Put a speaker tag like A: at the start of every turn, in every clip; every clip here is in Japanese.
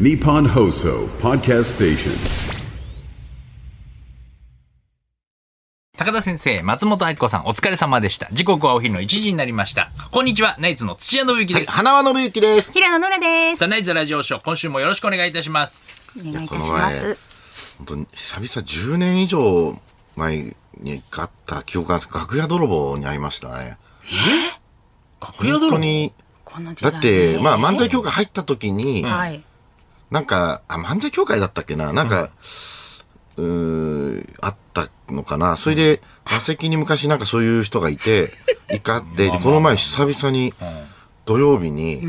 A: Nippon Hoso Podcast Station.
B: 高田先生、松本明子さん、お疲れ様でした。時刻はお昼の1時になりました。こんにちは、ナイツの土屋信之です。
C: 花輪信之です。
D: 平野ノラです。
B: さあ、ナイツラジオショー、今週もよろしくお願いいたします。
D: お願いいたします。
C: 本当に久々10年以上前にあった記憶があるんです楽屋泥棒に会いましたね。
B: 楽
C: 本当に。
D: この時
C: だ
D: 代
C: って、まあ漫才協会入った時に、
D: はい。
C: なんか、あ、漫才協会だったっけななんか、うーん、あったのかなそれで、馬席に昔なんかそういう人がいて、一回あって、この前久々に、土曜日に、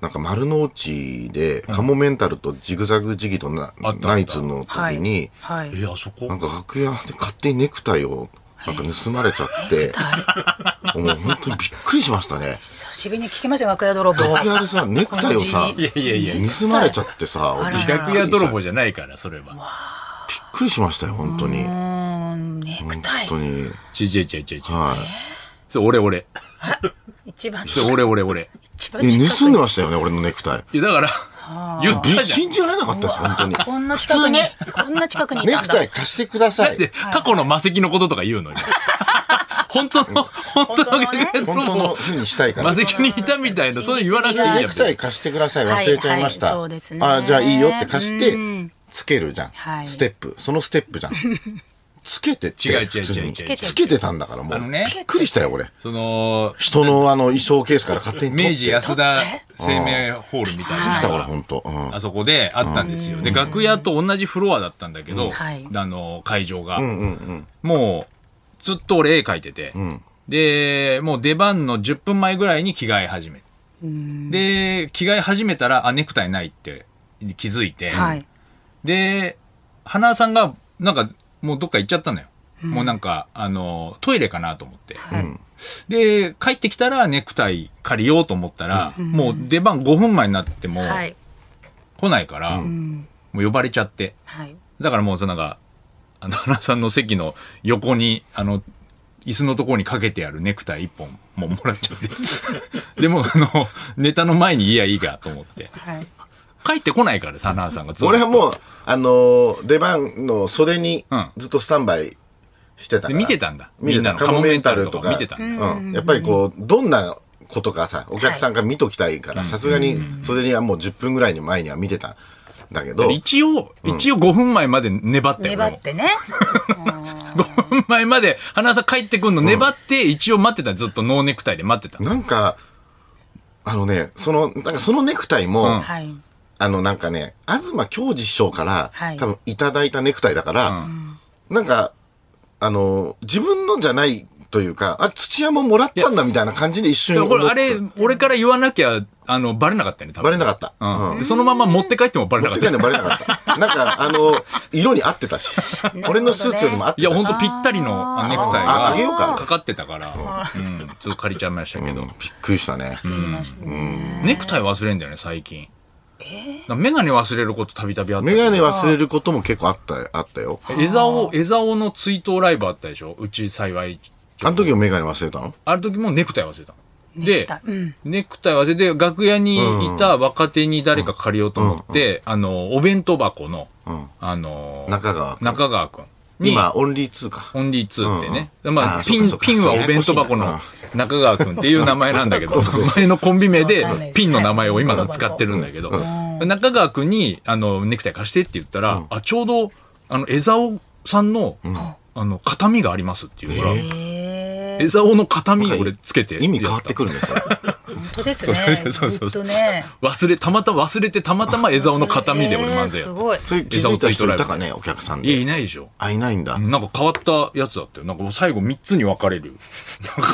C: なんか丸の内で、カモメンタルとジグザグジギとな
B: あった
C: ナイツの時に、
D: はい。
B: いや、あそこ
C: なんか楽屋で勝手にネクタイを、なんか盗まれちゃ って、もう本当にびっくりしましたね。
D: 久しぶりに聞きましたよ楽屋泥棒。
C: 楽屋でさ、ネクタイを さ、
B: いやいやいや
C: 盗まれちゃってさ、
D: あ
C: 俺
D: ら
C: びっ
B: 楽屋泥棒じゃないから、それは。
C: くりしましたよ、本当に。
D: うーん、ネク
C: 本
D: タイ
C: 当。に。
B: ちいちいちいちいちい。
C: は
B: それ俺俺。
D: 一番
B: それ俺俺 俺。
D: 一番
C: い。え、
D: 近
C: 盗
D: く
C: ん
D: に
C: で。ましたよね、俺のネクタイ。
B: いや、だから、言った
C: び
B: じゃん。
C: 信じられなかったです、本当に。
D: こんな近くに、こんな近くにい
C: ネ
D: たん
C: クタ
D: だ
C: イ。貸してください
B: で。、過去の魔石のこととか言う のに。本当の、本当の楽屋泥
C: 本当の
B: 棒。
C: ふうにしたいから
B: 魔。石にいたみ たいな、そう言わなくていい
C: ネ
B: や
C: ク
B: ん。
C: タイ貸してください、忘れちゃいました。
D: はいはいそうですね
C: あ、じゃあいいよって貸し
D: う
C: て
D: ん、
C: つけるじゃん。
D: はい
C: ステップ。そのステップじゃん。 つけてって。
B: 違う違う
C: 普通に
B: 違う違う違う
C: つけてたんだから、も
B: あ
C: う
B: のね。
C: びっくりしたよ、俺。
B: その、
C: 人のあの衣装ケースから勝手に取って。
B: 明治安田生命ホールみたいな。
C: 来たから、ほんと。うん
B: あそこであったんですよ。で、楽屋と同じフロアだったんだけど、
D: はい
B: あの、会場が。
C: うんうん
B: もう、ずっと俺絵描いてて、
C: うん。
B: で、もう出番の10分前ぐらいに着替え始め。で、着替え始めたら、あ、ネクタイないって気づいて、
D: はい。
B: で、花輪さんが、なんか、もうどっか行っちゃったのよ。もうなんか、あの、トイレかなと思って。
D: はい。
B: で、帰ってきたらネクタイ借りようと思ったら、もう出番5分前になっても、
D: はい。
B: 来ないから、もう呼ばれちゃって。
D: はい。
B: だからもう、そのなんか、あの、花さんの席の横に、あの、椅子のところにかけてあるネクタイ一本、もうもらっちゃって。 でも、あの、ネタの前にいやいいかと思って。
D: はい。
B: 帰ってこないからさ、花さんがずっと。
C: 俺はもう、あのー出番の袖に
B: うん
C: ずっとスタンバイしてたか
B: で
C: ら。
B: 見てたんだ
C: 見てた
B: みんなの
C: カモメンタルと
B: カ
C: か。
B: モメンタルとか見て
C: うん。やっぱりこう、どんなことかさ、お客さんが見ときたいから、さすがに袖にはもう10分ぐらいに前には見てたんだけど、
B: 一応、一応5分前まで粘ったよ、
D: 粘
B: 俺
D: っ
B: も
D: てね。
B: 5分前まで、花さん帰ってくんの粘って、一応待ってた。ずっとノーネクタイで待ってた。
C: なんか、あのね、その、なんかそのネクタイも、
B: うん
D: はい。
C: あのなんかね、東京司師匠から、
D: はい
C: 多分いただいたネクタイだから、なんか、あの、自分のじゃないというか、あ、土屋ももらったんだみたいな感じで一瞬
B: これ、
C: 思っ
B: あれ、俺から言わなきゃ、あの、バレなかったよね、多分。
C: バレなかった。
B: うん
C: うん
B: でそのまま持って帰ってもバレなか
C: 持っ
B: ってた
C: 帰。るのバレなかった。 なんか、あの、色に合ってた し、
D: ね
C: 俺のスーツよりも合って
B: いや、
C: たし。
B: ほんとぴったりのあネクタイ
C: ああげよう
B: が
C: か
B: かかってたから、うん、ちょっと借りちゃいましたけ
C: う
B: ど
C: ん、びっくりしたね。
D: 言いますね。
B: ネクタイ忘れんだよね、最近。えメガネ忘れることたびたびあった
C: メ
B: けど。
C: ガネ忘れることも結構あった、あったよ。
B: 江沢、江沢の追悼ライブあったでしょうち幸い。
C: あの時もメガネ忘れたの
B: ある時もネクタイ忘れたの。で
D: タイうん、
B: ネクタイ忘れて、楽屋にいた若手に誰か借りようと思って、あの、お弁当箱の
C: ん、
B: あの、
C: 中川君
B: 中川くんに、
C: 今、オンリー2か。
B: オンリー2ってね。
C: うんうん
B: まあ
C: あー
B: ピ
C: そ
B: ン、
C: っかそ
B: ピ
C: っか
B: ンはお弁当箱
C: やや
B: の
C: こ
B: 中川くんっていう名前なんだ けど、前のコンビ名で
D: わかんないです
B: ピンの名前を今の使ってるんだけど、中川くんに、あの、ネクタイ貸してって言ったら、あ、ちょうど、あの、江沢さんの、あの、形見がありますっていうから、
D: えー
B: 江沢の形見
C: なんか
B: 俺つけて。
C: 意味変わって
B: る。
C: くるんですよ。
D: 本当です
B: そう
D: ね。
B: そう
D: ず
B: そう
D: っとね。
B: 忘れ、たまたま忘れて、たまたま江沢の形見で俺漫才や
D: えーす
B: っ
D: ごい。
C: それ気づいた人いたかね、お客さ ん
B: た。いや、
C: で
B: い。ないでしょ。
C: あ、いないんだ。
B: なんか変わったやつだったよ。なんかもう最後3つに分かれる。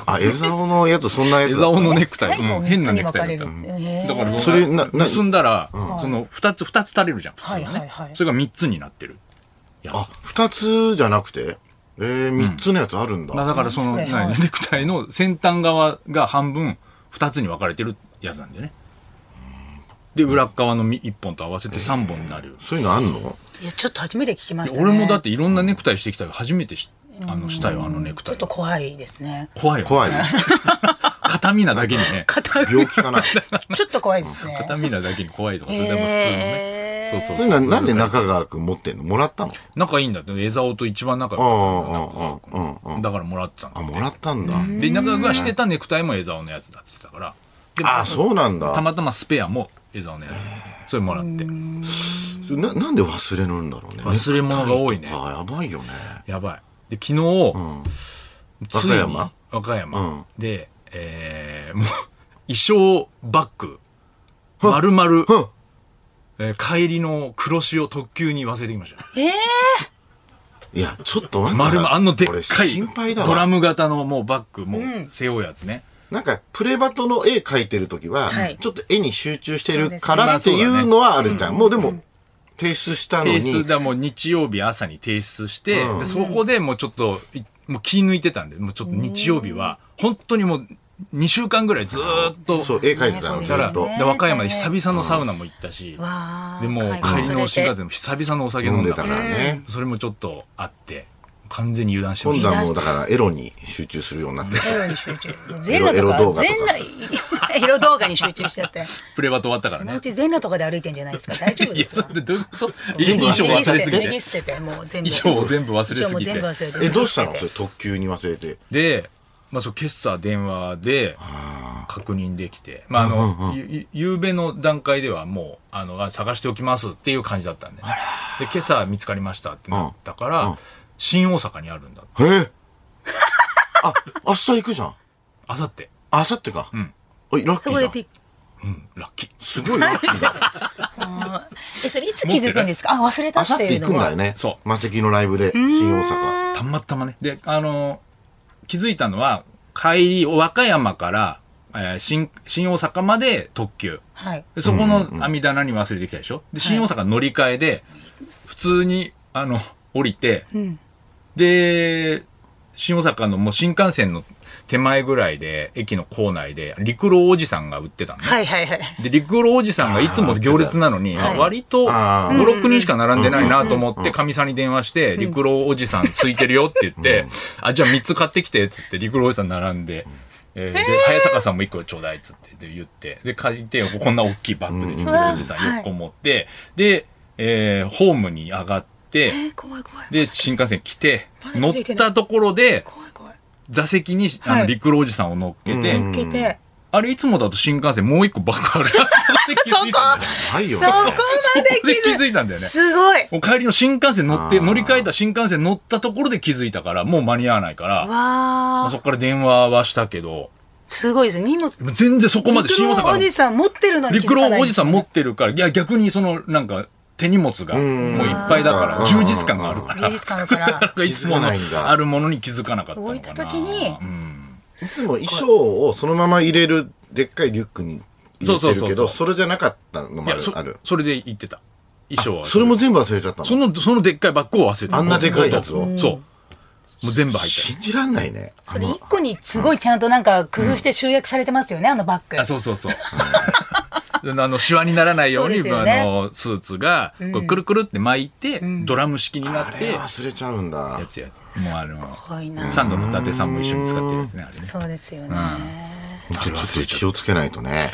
C: あ、江沢のやつ、そんなや
B: 江
C: つだっ
B: 沢
C: た。
B: のネクタイ。
D: 最後
B: うん変なネクタイ
D: 三つ
B: だった
D: に。分かれるえー
B: だから
C: それなな
B: 盗んだら、その二つ二つ垂れるじゃん普通はね、
D: はいはいはい
B: それが三つになってるやつ
C: あ、二つじゃなくてえー、三つのやつあるんだ。
B: まあだからその
D: それはい
B: 何ネクタイの先端側が半分二つに分かれてるやつなんだよねで裏側のみ一本と合わせて三本になる、
C: そういうのあんの
D: いや、ちょっと初めて聞きましたね。
B: 俺もだっていろんなネクタイしてきたけど初めてしあのしたよあのネク
D: ち
B: タ
D: ょっ
B: イ
D: と怖いですね。
B: 怖いよね
C: 怖い。
B: 片身なだけにね。
D: 硬い
C: 病気 かな。そ
D: ちょっと怖いですね。
B: 片身なだけに怖いとか、それでも普通のね。
D: えー
B: そうそう
C: う
B: そ。
C: いううのはなんで中川くん持ってんのもらったの
B: 仲いいんだって、江沢と一番仲良かったんだ
C: うんうんう
B: 中川
C: ん
B: 君だからもらってたんだ
C: あ、
B: って
C: もらったんだ。
B: で、中川君がしてたネクタイも江沢のやつだって言ってたから。で
C: あ、そうなん
B: た
C: だ。
B: またまスペアも江沢のやつ。それもらって。
C: それななんで忘れるんだろうね。
B: 忘れ物が多いね
C: ネクタイとかやばいよね。
B: やばい。で、昨日、ついに
C: 和歌山
B: 和歌山、
C: うん
B: で、えー、もう、衣装バッグ、丸々、
C: うん。
B: えー帰りの黒潮特急に忘れてきました。
D: えー
C: いや、ちょっと待って。
B: 丸々、あのでっ
C: 俺
B: かい
C: 心配だわ。
B: ドラム型のもうバッグ、もう
D: うん
B: 背負うやつね。
C: なんか、プレバトの絵描いてるときは
D: はい、
C: ちょっと絵に集中してるか
B: そう
C: ら
B: で
C: っ
B: す
C: て
B: ね
C: いうのはあるじゃん。もうでも、提出したの
B: 提出
C: に、
B: だ、もう日曜日朝に提出して、
C: うん
B: でそこでもうちょっと、いもう気抜いてたんで、もうちょっと日曜日は、本当にもう2週間ぐらいずーっと、
C: そう、絵描いてたの、
D: ね
C: ず
B: だから、
C: っ
D: そう
C: と
D: す。ね
B: で和歌山で久々のサウナも行ったし、
D: わー
B: でもう
D: はい
B: 帰りの新
D: 忘
B: 幹
D: れて
B: 線も久々のお酒
C: 飲
B: 飲
C: ん
B: ん
C: で
B: だ
C: た
B: か
C: から
B: ら、
C: ね。
B: それもちょっとあって、完全に油断してま
C: 今
B: し
C: 度
B: た。
C: はもうだからエロに集中するようにな って。
D: エロに集中。全裸と
C: エロ動画と
D: か、全
C: か
D: 裸、エロ動画に集中しちゃ って。
B: プレバト終わったか
D: そ
B: ら
D: のう
B: ね。
D: ち全裸とかで歩いてんじゃないですか。大丈夫
B: い
D: で
B: や、
D: す
B: そ
D: か
B: れでどういうこと
D: 脱ぎ
B: 衣装忘れ
D: 捨
B: すぎ
D: て脱ぎ
B: て。
D: 捨てて、もう全部。
B: 衣装を全部忘れすぎて
D: 衣装も全部忘れて
C: え、どうしたのそれ特急に忘れて。
B: で、まあそう、今朝電話で確認できて、まああの、ゆゆゆうべの段階ではもう、あの、あ探しておきますっていう感じだったんで。で、今朝見つかりましたってなったから、新大阪にあるんだ。
C: えーあ、明日行くじゃん。
B: あさって。
C: あ明後日か。
B: ん
C: おい、ラッキーじ
D: そこで
C: ゃん
D: ピッ
B: ラッキー。
C: すごいラッキーだ。
D: え、それいつ気づくんですかあ、忘れた
C: あさ
D: っ
C: って
D: い
C: て
D: う
C: 行くん
D: の
C: だ
D: は
C: よ。ね。
B: そ
C: マセキのライブで、新大阪。
B: たまたまね。で、あの、気づいたのは、帰り、和歌山から、えー新、新大阪まで特急。
D: はい。
B: でそこの網棚に忘れてきたでしょで、新大阪乗り換えで、普通に、あの、降りて、
D: うん。
B: で、新大阪のもう新幹線の手前ぐらいで、駅の構内で、陸路おじさんが売ってたのね。
D: はいはいはい。
B: で、陸路おじさんがいつも行列なのに、
D: ー
B: 割と
C: あ
B: 5、
C: ー
B: 6人しか並んでないなと思って、かみさんに電話して、陸路おじさんついてるよって言って、あ、じゃあ3つ買ってきて、つって、陸路おじさん並んで、えーで、早坂さんも1個ちょうだい、つってで言って、で、借りて、こんな大きいバッグで陸路おじさん4個持って、で、えーホームに上がって、
D: えー、怖い怖い。
B: で、新幹線来て、
D: 前
B: 乗
D: に
B: っ
D: ついてない
B: たところで、
D: 怖い怖い。
B: 座席に、あ
D: は
B: の、
D: い
B: 陸路おじさんを乗っけて、
D: 抜けて。
B: あれいつもだと新幹線もう一個バカある。
D: そこ
C: ない
D: そ
C: よ
D: こま
C: ね。
D: で
B: で気
D: 気づ
B: づ
D: い
B: いたんだよね。
D: すごい。
B: お帰りの新幹線乗って、
C: あー
B: 乗り換えた新幹線乗ったところで気づいたから、もう間に合わないから、ま
D: わ
B: あ、そ
D: ー。
B: こから電話はしたけど、
D: すごいですね。荷物。
B: 全然そこまで
D: 陸
B: 新大
D: 路
B: 阪
D: おじ
B: の
D: さん持ってるのに気づ
B: 陸
D: かない。
B: 路おじさん持ってるから、いや逆にその、なんか、手荷物がもういっぱいだから、
C: うん
B: 充実感があるから、
D: 充実感あるから。
B: いつもの
C: 気づかないんだ
B: あるものに気づかなかったのかな。
D: 置いた時に
B: うん
C: いつも衣装をそのまま入れるでっかいリュックに入れ
B: そう
C: て
B: そう
C: るけ
B: そう
C: ど、
B: そう
C: それじゃなかったの
B: い
C: もあ
B: や
C: る
B: そ
C: ある。
B: それで言ってた衣装は
C: それも全部忘れちゃった
B: そ
C: の
B: のそのでっかいバッグを忘れてた
C: あんなでかいやつを
B: そうそうもう全部入って
C: 信じらんないね。
D: それ一個にすごいちゃんとなんか工夫して集約されてますよね、あのバッグ
B: るあ。そうそうそうあのシワにならないように
D: そうですよね
B: あのスーツがこうくるくるって巻いて、ドラム式にな
C: あ
B: っ
C: れ
B: て、
C: 忘れちゃうんだ
B: や。つやつもうあの
D: 怖いな。
B: サンドの伊達さんも一緒に使ってるやつねあれね
D: そうですよね。
C: ちょっと気をつけないとね。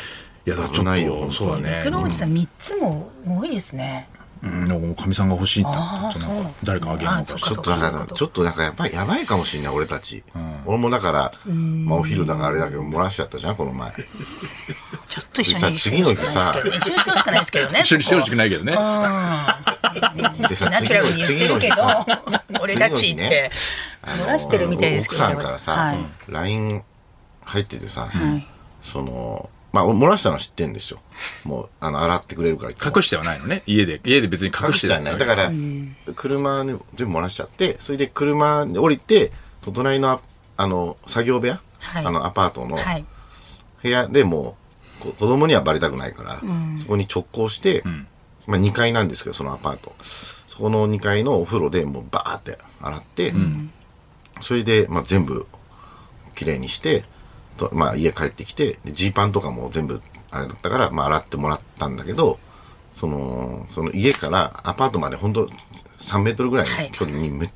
B: いやだからちょっと
C: ないよ。
B: そうだね
D: 黒内さん三つも多いですね。
B: うんでもかみさんが欲しいって
D: あ
B: な
D: あ
B: ちょっと
D: そう
B: なんか誰かあげるのか
D: あ
B: し
D: そ
B: ら
C: ちょっとなんか、ちょっとなんかやっぱりやばいかもしれない、俺たち。俺もだから、まあお昼だからあれだけど漏らしちゃったじゃん、この前。
D: ちょっと一緒
C: さ
D: に
C: 次の日さ
D: 一緒にしてほしくないですけどね。
B: 一緒にしてほしく
D: い。
B: ないけどね
C: で さ、
D: ナチュラルに言ってるけど、俺たちって漏らしてるみたいですけど。
C: 奥さんから
D: は
C: さ
D: い。、
C: LINE 入っててさ
D: はい、
C: その、まあ漏らしたのは知ってんですよ。もう、あの、洗ってくれるから。
B: 隠してはないのね家で家で別に隠
C: 隠
B: し
C: してて
B: は
C: た
B: ない
C: ね。だから、車ね、全部漏らしちゃって、それで車で降りて、隣の、あの、作業部屋、
D: はい
C: あの、アパートの
D: はい。
C: 部屋でもう、こ子供にはバレたくないから、そこに直行して、まあ2階なんですけど、そのアパート。そこの2階のお風呂でもうバーって洗って、それで、まあ全部、綺麗にして、とまあ家帰ってきて、でジーパンとかも全部あれだったから、まあ洗ってもらったんだけど、その、その家からアパートまで本当3メートルぐらいの 距離にめ、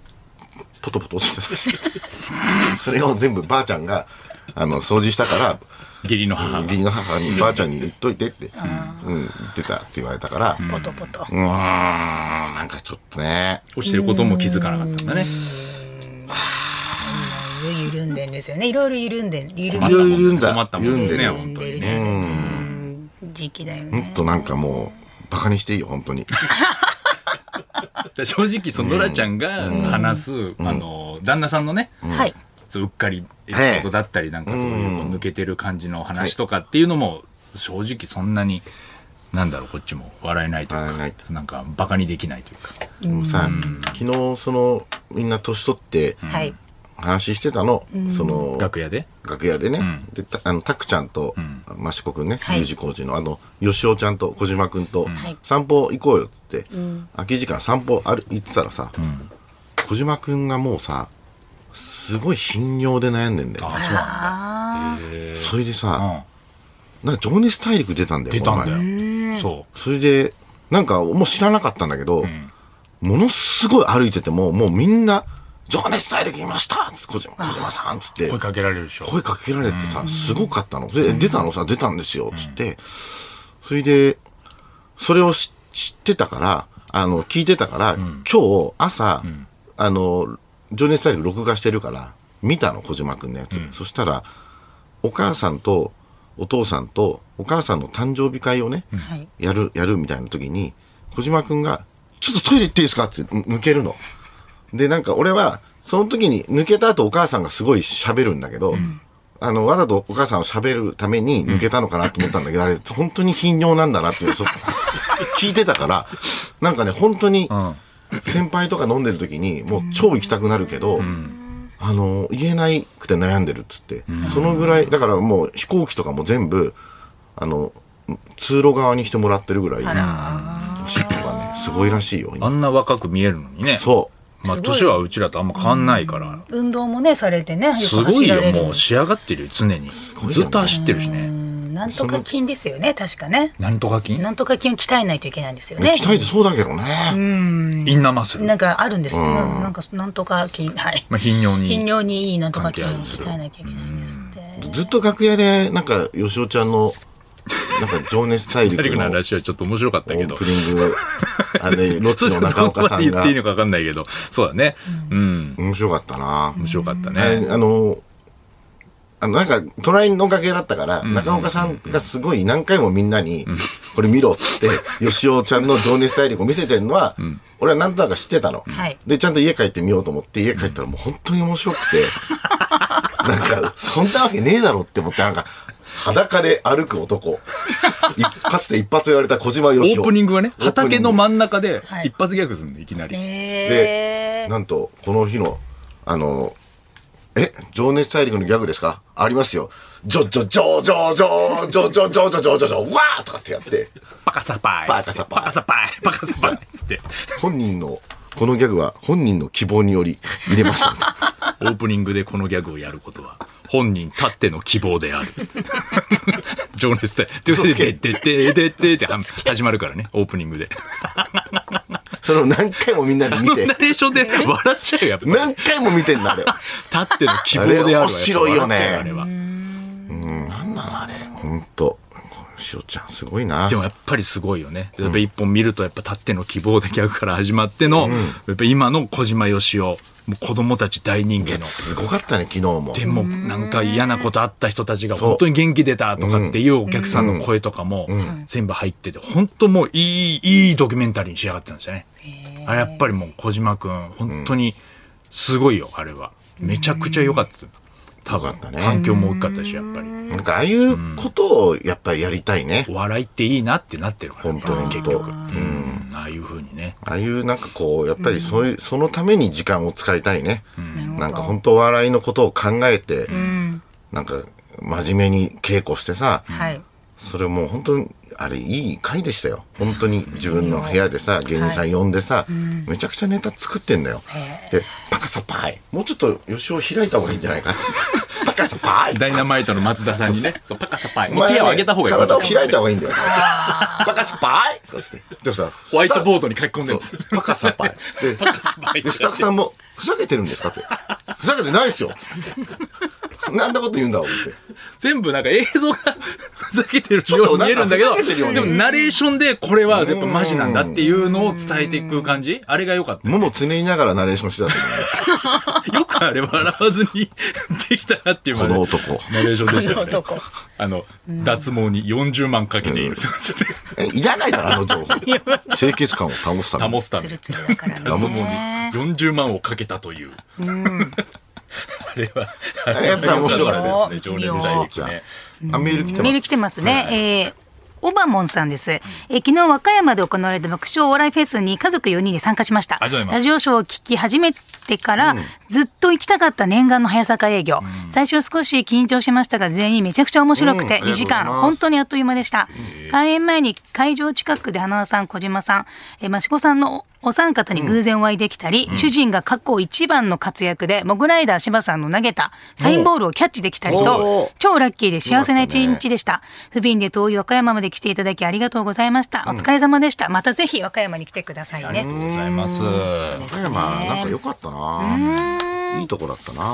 C: ポトポト落ちてた。それを全部ばあちゃんが、あの、掃除したから、
B: 義理の母
C: 義理の母に、ばあちゃんに言っといてって、うん、言ってたって言われたから、う
D: ポトポト。
C: ーん、なんかちょっとね、
B: 落ちてることも気づかなかったんだね
D: 緩んでんですよね。いろいろ緩んで、緩
C: い
D: み
C: ろいろ緩んだ
B: 困ったもんですね
C: 緩
B: 本当
D: で
B: に
D: る
B: ね
D: 時期だよ
C: もっ
D: ね。
C: となんかもう、バカにしていいよ、本当に。
B: だから正直そのノラちゃんが話す、あの旦那さんのね、
D: はい。
B: そううっかりエピソードだったりなんかそういうこう抜けてる感じの話とかっていうのも正直そんなになんだろうこっちも笑えないという
C: 笑え
B: か
C: ない
B: なんかバカにできないというか
C: でもさ、昨日、その、みんな年取って、
D: はい。
C: 話してたの、その、
B: 楽屋で
C: 楽屋でね、
B: ん
C: でたあのタクちゃんと益子くんね、
D: はい
C: U 字工事のあの吉尾ちゃんと小島くんと
D: い
C: 散歩行こうよってって、空き時間散歩ある行ってたらさ、小島くんがもうさすごい頻尿で悩んでんだよ
B: あそうなん
C: それで
B: だ、
C: さ、
B: うん、
C: なんか情熱大陸出たんだよ
B: 出たん
C: こ
B: だ
C: の前
B: よそ
C: それでなんかもう知らなかったんだけど、ものすごい歩いててももうみんな「情熱大陸いました!」つって小島小島さん」つって
B: う声かけられるでしょ
C: 声かけられてさ、すごかったの。で、出たのさ、出たんですよ、つって。それで、それをし知ってたから、あの、聞いてたから、今日朝、あの、情熱大陸録画してるから、見たの、小島くんのやつ。そしたら、お母さんとお父さんと、お母さんの誕生日会をね、
D: はい。
C: やる、やるみたいな時に、小島くんが、ちょっとトイレ行っていいですかって抜けるの。で、なんか俺は、その時に抜けた後お母さんがすごい喋るんだけど、あの、わざとお母さんを喋るために抜けたのかなと思ったんだけど、あれ、本当に頻尿なんだなっていう、そう 聞いてたから、なんかね、本当に、先輩とか飲んでる時に、もう超行きたくなるけど、あの、言えないくて悩んでるっつって、そのぐらい、だからもう飛行機とかも全部、あの、通路側にしてもらってるぐらい、おしっこがね、すごいらしいよ、
B: あ
C: 今。
B: んな若く見えるのにね
C: そう。
B: まあ
D: すごい
B: 年はうちらとあんま変わんないから、
D: 運動もね、されてね、よ
B: す
D: く
B: ご
D: 走
B: い
D: られ
B: よ
D: るよう
B: も
D: に
B: う仕上がってるよ常に
C: ごいよね
B: ずっと走ってるしね
D: うんなんとか筋ですよね、確かね。
B: なんとか筋
D: なんとか筋を鍛えないといけないんですよね。
C: 鍛えてそうだけどね。
B: インナーマッスル、
D: なんかあるんですよ。なんなんか、なんとか筋、はい。
B: まあ、頻尿に
D: 頻尿にいいなんとか筋を
B: 関係ある
D: 鍛えなきゃいけないんですって。
C: ずっと楽屋で、なんか、吉尾ちゃんの、なんか、情熱大陸
B: 体力
C: の
B: の
C: オー
B: 話 はちょっと面白かったけど
C: プニング、あれ、ロッチの中岡さ
B: で
C: ん
B: 言っ
C: が
B: ていい、のか分かんないけどそうだねうん
C: 面白かったな。
B: 面白かった
C: あ
B: ね
C: れあの、あの、なんか、隣の楽屋だったから、中岡さんがすごい何回もみんなに、これ見ろ って、吉尾ちゃんの情熱大陸を見せてるのは、俺はなんとなく知ってたの
D: はい。
C: で、ちゃんと家帰ってみようと思って、家帰ったらもう本当に面白く て、なんか、そんなわけねえだろって思って、なんか、裸で歩く男。いかつて一発言われた小島よ
B: オ
C: しお。
B: ープニングはね
C: オープニング
B: 畑の真ん中で
D: はい
B: 一発ギャグするんでいきなり、
D: え
C: で
D: ー、
C: なんと、この日の、あの、え、情熱大陸のギャグですかありますよ。ジョジョジョジョジョジョジョジョジョジョジョジョ、わーとかってやって、
B: バカサパイ
C: バカサパイ
B: バカサパイバカサパイっつって
C: 本人の、このギャグは本人の希望により入れましたみた いな。
B: オープニングでこのギャグをやることは本人たっての希望である情熱大
C: 嘘つけ
B: ででででででって始まるからねオープニングで
C: それを何回もみんなで見て
B: ナ、レーションで笑っちゃうよやっぱ
C: 何回も見てんだ、あれ。
B: たっての希望であるわ
C: あれ面白いよね
B: やっぱ笑っちゃうあれは
C: なんなのあれ。ほんと。しおちゃんすごいな。
B: でもやっぱりすごいよね。やっぱ一本見るとやっぱたっての希望で逆から始まっての、やっぱ今の小島よしお、もう子供たち大人気の。
C: すごかったね、昨日も。
B: でもなんか嫌なことあった人たちが本当に元気出たとかっていうお客さんの声とかも全部入ってて、本当もういい、いいドキュメンタリーに仕上がってたんですよね。あれやっぱりもう小島くん、本当にすごいよ、あれは。めちゃくちゃ良かったです。多分
C: 良かった、ね
B: 反響も大きかったし、やっぱり。
C: なんかああいうことをやっぱりやりたいね。
B: お笑いっていいなってなってるから、
C: 本当に
B: 結局。うんああいう風にね。
C: ああいうなんかこう、やっぱりそういう、そのために時間を使いたいね。なんか本当笑いのことを考えて、なんか真面目に稽古してさ、
D: はい。
C: それもう本当に、あれいい回でしたよ。本当に自分の部屋でさ、芸人さん呼んでさ、めちゃくちゃネタ作ってんだよ。で、パカサパイ。もうちょっと吉尾開いた方がいいんじゃない かって。パカサパイ。
B: ダイナマイトの松田さんにね、そうパカサパイ。
C: お
B: もう
C: 前ね
B: 手を上げた方がいい。
C: 体を開いた方がいいんだ よ。パカサパイそうですね。でもさ、
B: ホワイトボードに書き込んでるん です
C: そうパカサパイ。で
B: パカサパイ。
C: でスタッフさんも、ふざけてるんですかって。ふざけてないですよ。なんだこと言うんだ思って。
B: 全部なんか映像がふざけてるように見えるんだけ
C: ち
B: ど
C: ょっとなんかふざけてるよね
B: でもナレーションでこれはやっぱマジなんだっていうのを伝えていく感じあれが良かった
C: ももつねりながらナレーションしてたんだよね
B: よくあれ笑わずにできたなっていうま
C: こ
B: で
C: の男。
B: ナレーションでしたよね
D: この男
B: あの脱毛に40万かけている
C: えいらないだろ、あの情報。清潔感を保つために。
B: 保つため
D: ツ
B: に
D: ルツルだからね
C: ラブモ
D: ね
B: 40万をかけたという あれは
C: あれやっぱ面白かった
B: で
D: ですす
B: ね
D: ね
B: 情熱大陸ね
C: あ、メール来てます
D: メール。来てますね。えーオバモンさんです、えー昨日和歌山で行われた爆笑お笑いフェスに家族4人で参加しました
B: ありがとうございます
D: ラジオショーを聞き始めてから、ずっと行きたかった念願の早坂営業、最初少し緊張しましたが全員めちゃくちゃ面白くて
C: うんありがとうございます
D: 2時間、本当にあっという間でした、開演前に会場近くで花輪さん小島さん、えー、益子さんのお三方に偶然お会いできたり、主人が過去一番の活躍でモグライダー柴さんの投げたサインボールをキャッチできたりと超ラッキーで幸せな一日でした。不便で遠い和歌山まで来ていただきありがとうございました。お疲れ様でした。またぜひ和歌山に来てください
B: ありがと
D: ね。
B: うございます
C: 岡山、なんか良かったな。いいとこだったな。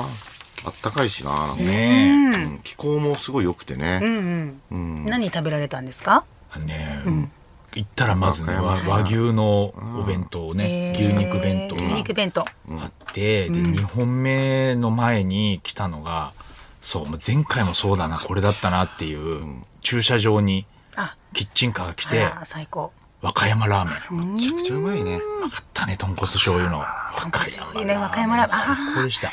C: あったかいしな。
B: ね
C: うん気候もすごい良くてね。
D: 何食べられたんですか？
B: えねえ行ったらまずね
C: 和
B: 和
C: 歌
B: 和牛のお弁当ね牛肉弁当
D: えー牛
B: が
D: 肉弁当。
B: あって、で2本目の前に来たのがそうもう前回もそうだなこれだったなっていう、駐車場に
D: あ、
B: キッチンカーが来
D: あ
B: て
D: ら最高。
B: 和歌山ラーメン
C: めちゃくちゃうまいね。
B: うまかったね豚骨醤油の和
D: 骨醤油ね和歌山ラーメン
B: 最高でした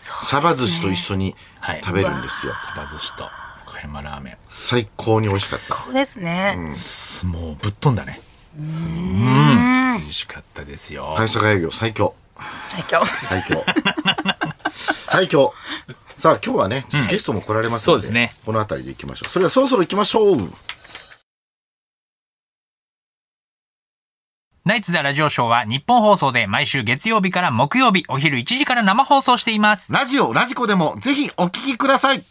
C: サバ寿司と一緒に
B: はい
C: 食べるんですよ。
B: サバ寿司と和歌山ラーメン
C: 最高に美味しかった。
D: こうですね。
B: すもうぶっ飛んだねうん美味しかったですよ、
C: 会社営業最強。
D: 最強。
C: 最強。最強。さあ、今日はね、ちょっとゲストも来られますの
B: うん
C: で、
B: そうですね
C: この辺りで行きましょう。それではそろそろ行きましょう。
E: ナイツザラジオショーは日本放送で毎週月曜日から木曜日お昼1時から生放送しています。
C: ラジオ、ラジコでもぜひお聞きください。